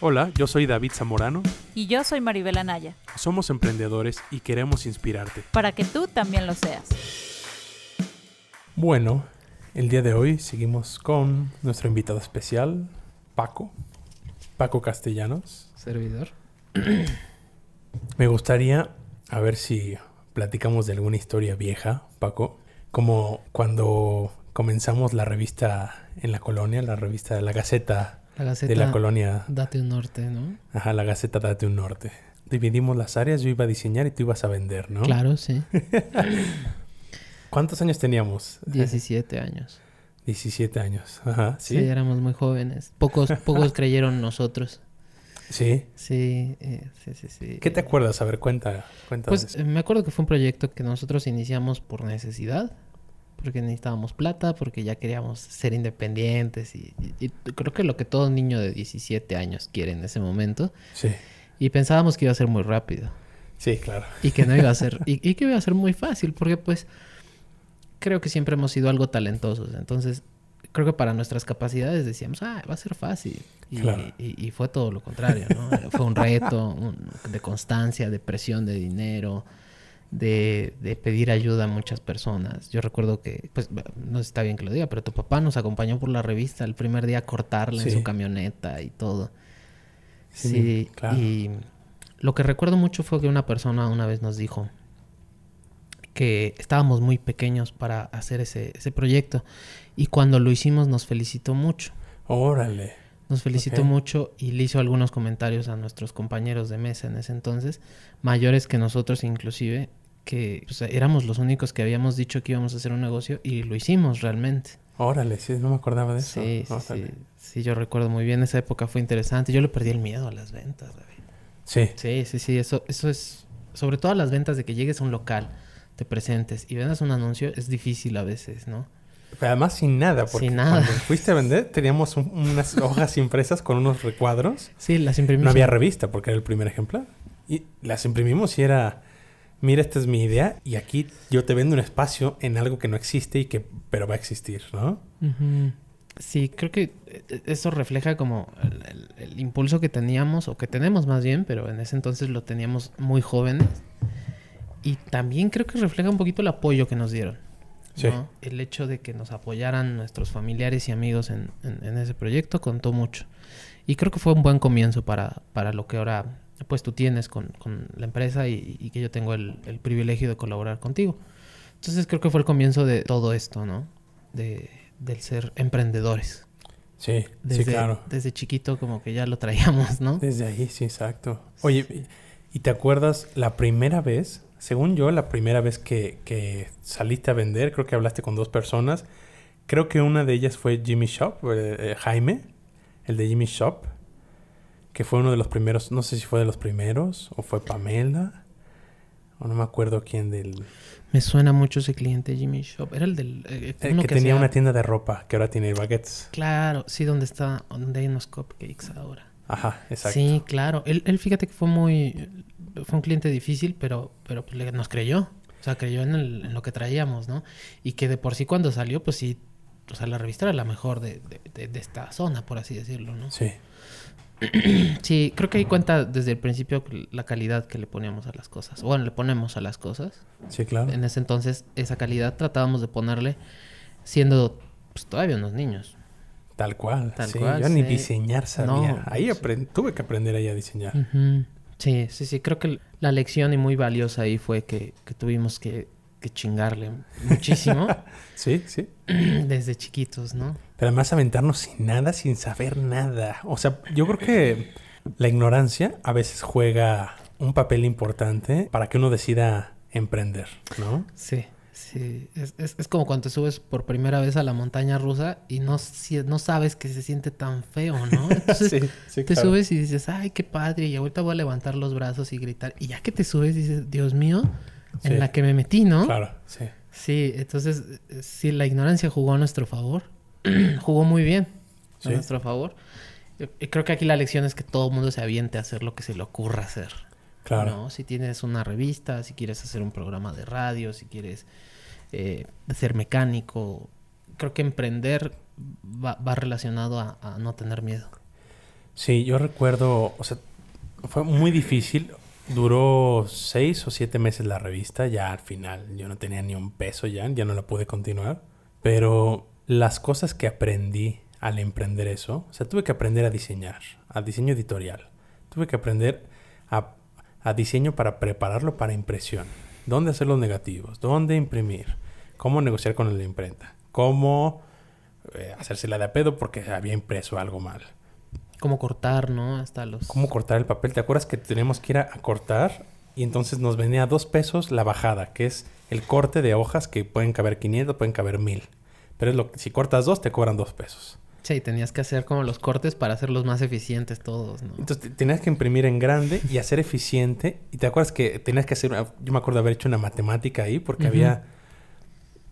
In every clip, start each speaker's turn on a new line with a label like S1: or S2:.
S1: Hola, yo soy David Zamorano.
S2: Y yo soy Maribel Anaya,
S1: Somos emprendedores y queremos inspirarte.
S2: para que tú también lo seas.
S1: Bueno, el día de hoy seguimos con nuestro invitado especial, Paco. Paco Castellanos.
S3: Servidor.
S1: Me gustaría a ver si platicamos de alguna historia vieja, Paco. Como cuando comenzamos la revista en la colonia, la revista de la Gaceta
S3: La Gaceta.
S1: de la colonia.
S3: Date un norte, ¿no?
S1: Ajá, la Gaceta Date un Norte. Dividimos las áreas, yo iba a diseñar y tú ibas a vender, ¿no?
S3: Claro, sí.
S1: ¿Cuántos años teníamos?
S3: 17 años.
S1: 17 años. Ajá,
S3: ¿Sí?
S1: sí.
S3: éramos muy jóvenes. Pocos, pocos creyeron nosotros.
S1: Sí.
S3: Sí, eh, sí, sí, sí.
S1: ¿Qué te acuerdas? A ver, cuenta, cuenta.
S3: Pues eh, me acuerdo que fue un proyecto que nosotros iniciamos por necesidad. Porque necesitábamos plata, porque ya queríamos ser independientes. Y, y- y creo que lo que todo niño de 17 años quiere en ese momento.
S1: sí.
S3: Y pensábamos que iba a ser muy rápido.
S1: Sí, claro.
S3: Y que no iba a ser, y, y que iba a ser muy fácil, porque pues creo que siempre hemos sido algo talentosos. Entonces, creo que para nuestras capacidades decíamos, ah, va a ser fácil. Y,
S1: Claro.
S3: y- y fue todo lo contrario, ¿no? fue un reto un- de constancia, de presión de dinero, de, de pedir ayuda a muchas personas. Yo recuerdo que, pues, no está bien que lo diga, pero tu papá nos acompañó por la revista el primer día a cortarla en
S1: Sí.
S3: su camioneta y todo.
S1: Sí,
S3: Sí,
S1: claro.
S3: y lo que recuerdo mucho fue que una persona una vez nos dijo que estábamos muy pequeños para hacer ese, ese proyecto y cuando lo hicimos nos felicitó mucho.
S1: Órale.
S3: Nos felicitó
S1: Ok.
S3: mucho y le hizo algunos comentarios a nuestros compañeros de mesa en ese entonces, mayores que nosotros inclusive, que pues, éramos los únicos que habíamos dicho que íbamos a hacer un negocio y lo hicimos realmente.
S1: Órale, sí, no me acordaba de eso.
S3: Sí, sí, sí,
S1: Órale.
S3: sí, yo recuerdo muy bien, esa época fue interesante. Yo le perdí el miedo a las ventas, David.
S1: Sí,
S3: Sí, sí, sí, eso, eso es, sobre todo a las ventas de que llegues a un local, te presentes y vendas un anuncio, es difícil a veces, ¿no?
S1: Pero además sin nada, porque
S3: Sin nada.
S1: cuando fuiste a vender teníamos un- unas hojas impresas con unos recuadros.
S3: Sí, las imprimimos.
S1: No había revista porque era el primer ejemplar. Y las imprimimos y era, mira, esta es mi idea y aquí yo te vendo un espacio en algo que no existe y que, pero va a existir, ¿no?
S3: Ujú. Sí, creo que eh, eso refleja como el, el- el impulso que teníamos, o que tenemos más bien, pero en ese entonces lo teníamos muy jóvenes. Y también creo que refleja un poquito el apoyo que nos dieron.
S1: Sí.
S3: ¿no? El hecho de que nos apoyaran nuestros familiares y amigos en, en- en ese proyecto contó mucho. Y creo que fue un buen comienzo para, para lo que ahora pues tú tienes con, con la empresa y, y que yo tengo el, el privilegio de colaborar contigo. Entonces creo que fue el comienzo de todo esto, ¿no? De, del ser emprendedores.
S1: Sí,
S3: Desde,
S1: sí, claro.
S3: Desde chiquito como que ya lo traíamos, ¿no?
S1: Desde ahí, sí, exacto. Oye, ¿y te acuerdas la primera vez? Según yo, la primera vez que, que saliste a vender, creo que hablaste con dos personas. Creo que una de ellas fue Jimmy Shop, eh, eh, Jaime, el de Jimmy Shop, que fue uno de los primeros, no sé si fue de los primeros, o fue Pamela, o no me acuerdo quién del...
S3: Me suena mucho ese cliente Jimmy Shop. Era el del... eh,
S1: el
S3: uno
S1: que, tenía
S3: hacía-
S1: una tienda de ropa, que ahora tiene baguettes.
S3: Claro, sí, donde está, donde hay unos cupcakes ahora.
S1: Ajá, exacto.
S3: Sí, claro. Él, él fíjate que fue muy... Fue un cliente difícil, pero, pero pues, le- nos creyó. O sea, creyó en, el- en lo que traíamos, ¿no? Y que de por sí cuando salió, pues sí... O sea, la revista era la mejor de, de- de- de esta zona, por así decirlo, ¿no?
S1: Sí,
S3: Sí, creo que ahí cuenta desde el principio la calidad que le poníamos a las cosas. Bueno, le ponemos a las cosas.
S1: sí, claro.
S3: En ese entonces, esa calidad tratábamos de ponerle siendo pues, todavía unos niños.
S1: Tal cual.
S3: Tal
S1: sí,
S3: cual,
S1: yo ni
S3: sí.
S1: diseñar sabía.
S3: No,
S1: ahí
S3: sí. Mm.
S1: aprend- tuve que aprender ahí a diseñar.
S3: Ujú. Sí, sí, sí. Creo que la lección y muy valiosa ahí fue que, que tuvimos que, que chingarle muchísimo
S1: Sí, sí.
S3: desde chiquitos, ¿no?
S1: Pero además aventarnos sin nada, sin saber nada. O sea, yo creo que la ignorancia a veces juega un papel importante para que uno decida emprender, ¿no?
S3: Sí, sí. Es, es- es como cuando te subes por primera vez a la montaña rusa y no, si- no sabes que se siente tan feo, ¿no? Entonces
S1: Sí, sí,
S3: te
S1: claro.
S3: subes y dices, ay, qué padre, y ahorita voy a levantar los brazos y gritar. Y ya que te subes, dices, Dios mío, en
S1: Sí.
S3: la que me metí, ¿no?
S1: Claro, sí.
S3: Sí, entonces, eh, sí, la ignorancia jugó a nuestro favor. jugó muy bien a
S1: Sí.
S3: nuestro favor. Eh, eh, Creo que aquí la lección es que todo el mundo se aviente a hacer lo que se le ocurra hacer.
S1: Claro.
S3: ¿no? Si tienes una revista, si quieres hacer un programa de radio, si quieres eh, ser mecánico. Creo que emprender va, va relacionado a, a no tener miedo.
S1: Sí, yo recuerdo, o sea, fue muy difícil. Duró seis o siete meses la revista, ya al final yo no tenía ni un peso ya, ya no la pude continuar. Pero las cosas que aprendí al emprender eso, o sea, tuve que aprender a diseñar, a diseño editorial. Tuve que aprender a, a diseño para prepararlo para impresión. ¿Dónde hacer los negativos? ¿Dónde imprimir? ¿Cómo negociar con la imprenta? ¿Cómo eh, hacérsela de a pedo porque había impreso algo mal?
S3: Cómo cortar, ¿no? Hasta los...
S1: cómo cortar el papel. ¿Te acuerdas que tenemos que ir a, a cortar? Y entonces nos venía a dos pesos la bajada, que es el corte de hojas que pueden caber 500, pueden caber 1000. Pero es lo que- si cortas dos, te cobran dos pesos.
S3: Sí, tenías que hacer como los cortes para hacerlos más eficientes todos, ¿no?
S1: Entonces te- tenías que imprimir en grande y hacer eficiente. Y te acuerdas que tenías que hacer, una- yo me acuerdo haber hecho una matemática ahí porque
S3: Ujú.
S1: había,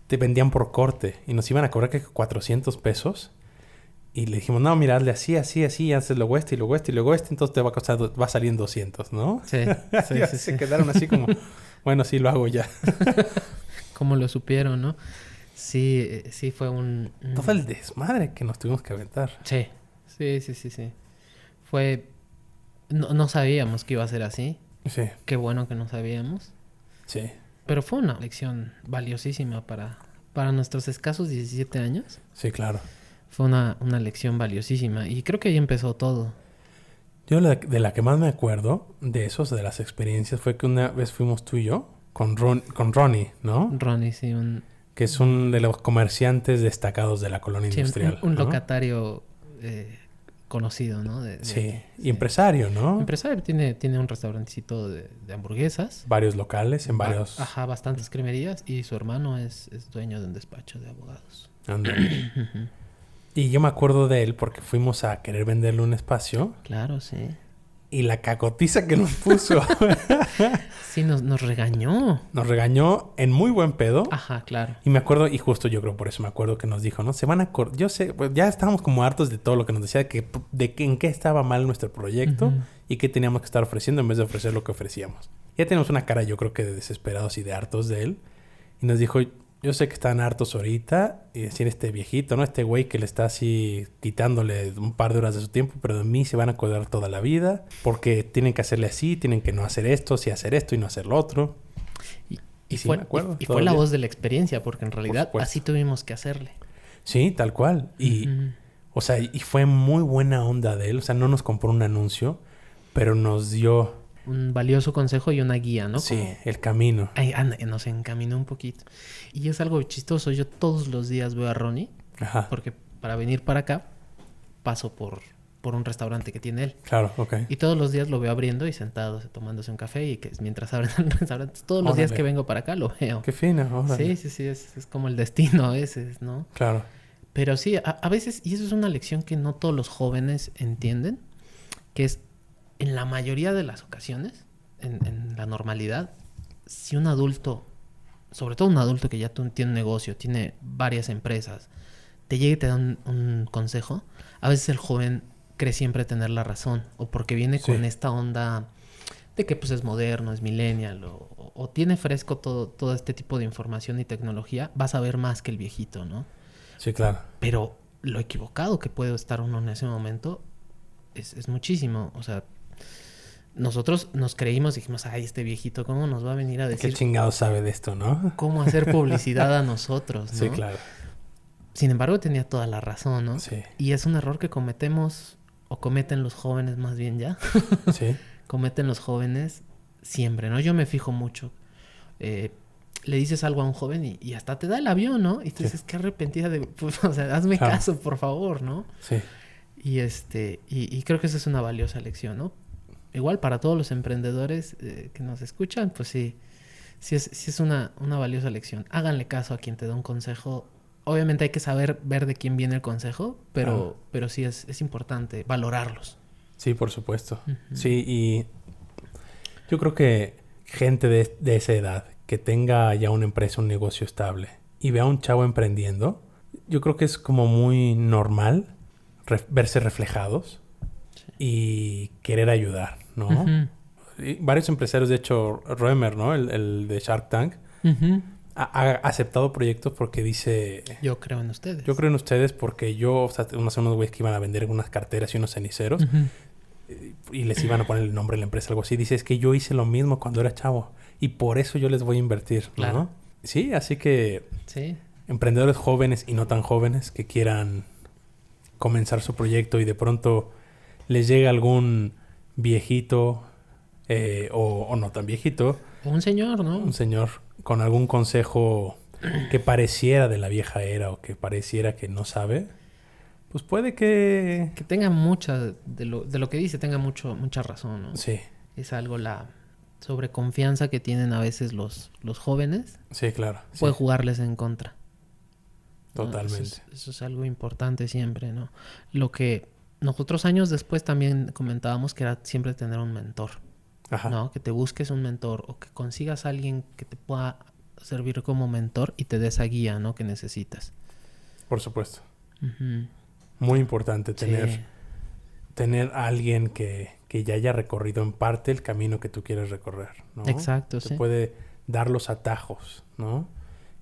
S1: te vendían por corte y nos iban a cobrar que 400 pesos. Y le dijimos, no, mira, hazle así, así, así, y haces luego este y luego este y luego este, entonces te va a costar, va a salir en 200, ¿no?
S3: Sí, sí,
S1: Ya
S3: sí,
S1: se
S3: sí.
S1: quedaron así como, bueno, sí, lo hago ya.
S3: Cómo lo supieron, ¿no? Sí, eh, sí fue un... un-
S1: Todo el desmadre que nos tuvimos que aventar.
S3: Sí, sí, sí, sí, sí. Fue... No, no sabíamos que iba a ser así.
S1: Sí,
S3: Qué bueno que no sabíamos.
S1: sí.
S3: Pero fue una lección valiosísima para, para nuestros escasos 17 años.
S1: Sí, claro.
S3: Fue una, una lección valiosísima. Y creo que ahí empezó todo.
S1: Yo la- de la que más me acuerdo de esos, de las experiencias, fue que una vez fuimos tú y yo con, Ron- con Ronnie, ¿no?
S3: Ronnie, sí, un,
S1: Que es un de los comerciantes destacados de la colonia
S3: sí, un-
S1: industrial.
S3: un, un
S1: ¿no?
S3: locatario eh, conocido, ¿no? De- de
S1: Sí,
S3: aquí,
S1: y empresario, ¿no?
S3: Empresario tiene, tiene un restaurancito de, de hamburguesas.
S1: varios locales en varios...
S3: Ba- Ajá, bastantes cremerías. Y su hermano es, es dueño de un despacho de abogados.
S1: Ándale. y yo me acuerdo de él porque fuimos a querer venderle un espacio
S3: Claro, sí.
S1: y la cacotiza que nos puso.
S3: Sí, nos, nos regañó.
S1: nos regañó en muy buen pedo.
S3: Ajá, claro.
S1: Y me acuerdo, y justo yo creo por eso me acuerdo que nos dijo, ¿no? Se van a... cor- Yo sé, pues, ya estábamos como hartos de todo lo que nos decía, de que, de que en qué estaba mal nuestro proyecto
S3: Ujú.
S1: y qué teníamos que estar ofreciendo en vez de ofrecer lo que ofrecíamos. Ya tenemos una cara yo creo que de desesperados y de hartos de él. Y nos dijo, yo sé que están hartos ahorita, y decir este viejito, ¿no? Este güey que le está así quitándole un par de horas de su tiempo, pero de mí se van a acordar toda la vida, porque tienen que hacerle así, tienen que no hacer esto, sí hacer esto y no hacer lo otro.
S3: Y-
S1: Y sí,
S3: fue,
S1: me acuerdo,
S3: y- y fue la
S1: todavía.
S3: voz de la experiencia, porque en realidad
S1: supuesto.
S3: así tuvimos que hacerle.
S1: Sí, tal cual. Y...
S3: Ujú.
S1: O sea, y fue muy buena onda de él. O sea, no nos compró un anuncio, pero nos dio
S3: Un valioso consejo y una guía, ¿no?
S1: sí,
S3: Como-
S1: el camino.
S3: Ay, anda, nos encaminó un poquito. Y es algo chistoso. Yo todos los días veo a Ronnie,
S1: Ajá.
S3: porque para venir para acá paso por, por un restaurante que tiene él.
S1: Claro, ok.
S3: Y todos los días lo veo abriendo y sentado, tomándose un café y que es mientras abren el restaurante. Todos los días
S1: Órale.
S3: que vengo para acá lo veo.
S1: Qué fina, ahora.
S3: Sí, sí, sí, es, es como el destino a veces, ¿no?
S1: Claro.
S3: Pero sí, a, a veces, y eso es una lección que no todos los jóvenes entienden, que es en la mayoría de las ocasiones, en, en la normalidad, si un adulto, sobre todo un adulto que ya tu- tiene un negocio, tiene varias empresas, te llega y te da un, un consejo, a veces el joven cree siempre tener la razón, o porque viene
S1: Sí.
S3: con esta onda de que pues es moderno, es millennial, o, o- o tiene fresco todo, todo este tipo de información y tecnología, va a saber más que el viejito, ¿no?
S1: Sí, claro.
S3: Pero lo equivocado que puede estar uno en ese momento es, es muchísimo. O sea, nosotros nos creímos, dijimos, ay, este viejito, ¿cómo nos va a venir a
S1: Qué
S3: decir
S1: chingado sabe de esto, ¿no?
S3: cómo hacer publicidad a nosotros?
S1: Sí,
S3: ¿no?".
S1: claro.
S3: Sin embargo, tenía toda la razón, ¿no?
S1: Sí.
S3: Y es un error que cometemos, o cometen los jóvenes más bien ya,
S1: Sí.
S3: cometen los jóvenes siempre, ¿no? Yo me fijo mucho. Eh, le dices algo a un joven y, y hasta te da el avión, ¿no? Y tú
S1: Sí.
S3: dices, qué arrepentida de... o sea, hazme
S1: Claro.
S3: caso, por favor, ¿no?
S1: Sí.
S3: Y este, y, y creo que esa es una valiosa lección, ¿no? Igual para todos los emprendedores eh, que nos escuchan, pues sí, sí es, sí es una, una valiosa lección. Háganle caso a quien te da un consejo. Obviamente hay que saber ver de quién viene el consejo, pero, pero sí es, es importante valorarlos.
S1: Sí, por supuesto. Sí, y yo creo que gente de, de esa edad que tenga ya una empresa, un negocio estable y vea a un chavo emprendiendo, yo creo que es como muy normal re- verse reflejados y querer ayudar, ¿no?
S3: Ujú,
S1: Y varios empresarios, de hecho, Roemer, ¿no? El, el de Shark Tank,
S3: ujú.
S1: ha, ha aceptado proyectos porque dice,
S3: Yo creo en ustedes.
S1: yo creo en ustedes porque yo, o sea, unos, unos güeyes que iban a vender unas carteras y unos ceniceros
S3: Ujú.
S1: y les iban a poner el nombre de la empresa, algo así. Dice, es que yo hice lo mismo cuando era chavo y por eso yo les voy a invertir,
S3: Claro.
S1: ¿no? Sí, así que
S3: Sí.
S1: emprendedores jóvenes y no tan jóvenes que quieran comenzar su proyecto y de pronto les llega algún viejito eh, o, o no tan viejito,
S3: O un señor, ¿no?
S1: un señor con algún consejo que pareciera de la vieja era o que pareciera que no sabe, pues puede que...
S3: Que tenga mucha, de lo, de lo que dice, tenga mucho, mucha razón, ¿no?
S1: Sí,
S3: Es algo la sobreconfianza que tienen a veces los, los jóvenes.
S1: sí, claro. sí,
S3: Puede jugarles en contra. ¿no?
S1: totalmente.
S3: Eso es, eso es algo importante siempre, ¿no? Lo que nosotros años después también comentábamos que era siempre tener un mentor,
S1: Ajá.
S3: ¿no? Que te busques un mentor o que consigas a alguien que te pueda servir como mentor y te dé esa guía, ¿no? Que necesitas.
S1: Por supuesto.
S3: Ujú.
S1: Muy importante tener,
S3: Sí.
S1: tener a alguien que, que ya haya recorrido en parte el camino que tú quieres recorrer. ¿no?
S3: Exacto,
S1: te
S3: sí.
S1: puede dar los atajos, ¿no?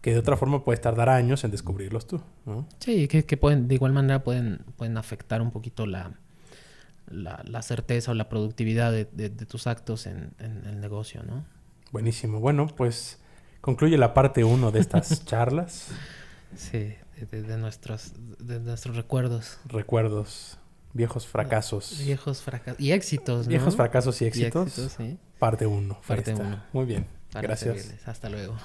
S1: Que de
S3: Mm.
S1: otra forma puedes tardar años en descubrirlos tú, ¿no?
S3: Sí, que, que pueden, de igual manera pueden, pueden afectar un poquito la, la, la certeza o la productividad de, de- de tus actos en, en el negocio, ¿no?
S1: Buenísimo. Bueno, pues concluye la parte 1 de estas charlas.
S3: Sí, de, de- de nuestros, de nuestros recuerdos.
S1: Recuerdos, viejos fracasos.
S3: Ah, Viejos fracasos. Y éxitos, ¿no?
S1: Viejos fracasos y
S3: Y
S1: éxitos.
S3: sí.
S1: Parte 1.
S3: Parte uno.
S1: Muy bien.
S3: Para
S1: Gracias.
S3: servirles. Hasta luego.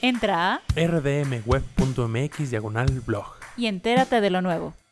S2: Entra a
S1: rdmweb.mx diagonal blog.
S2: y entérate de lo nuevo.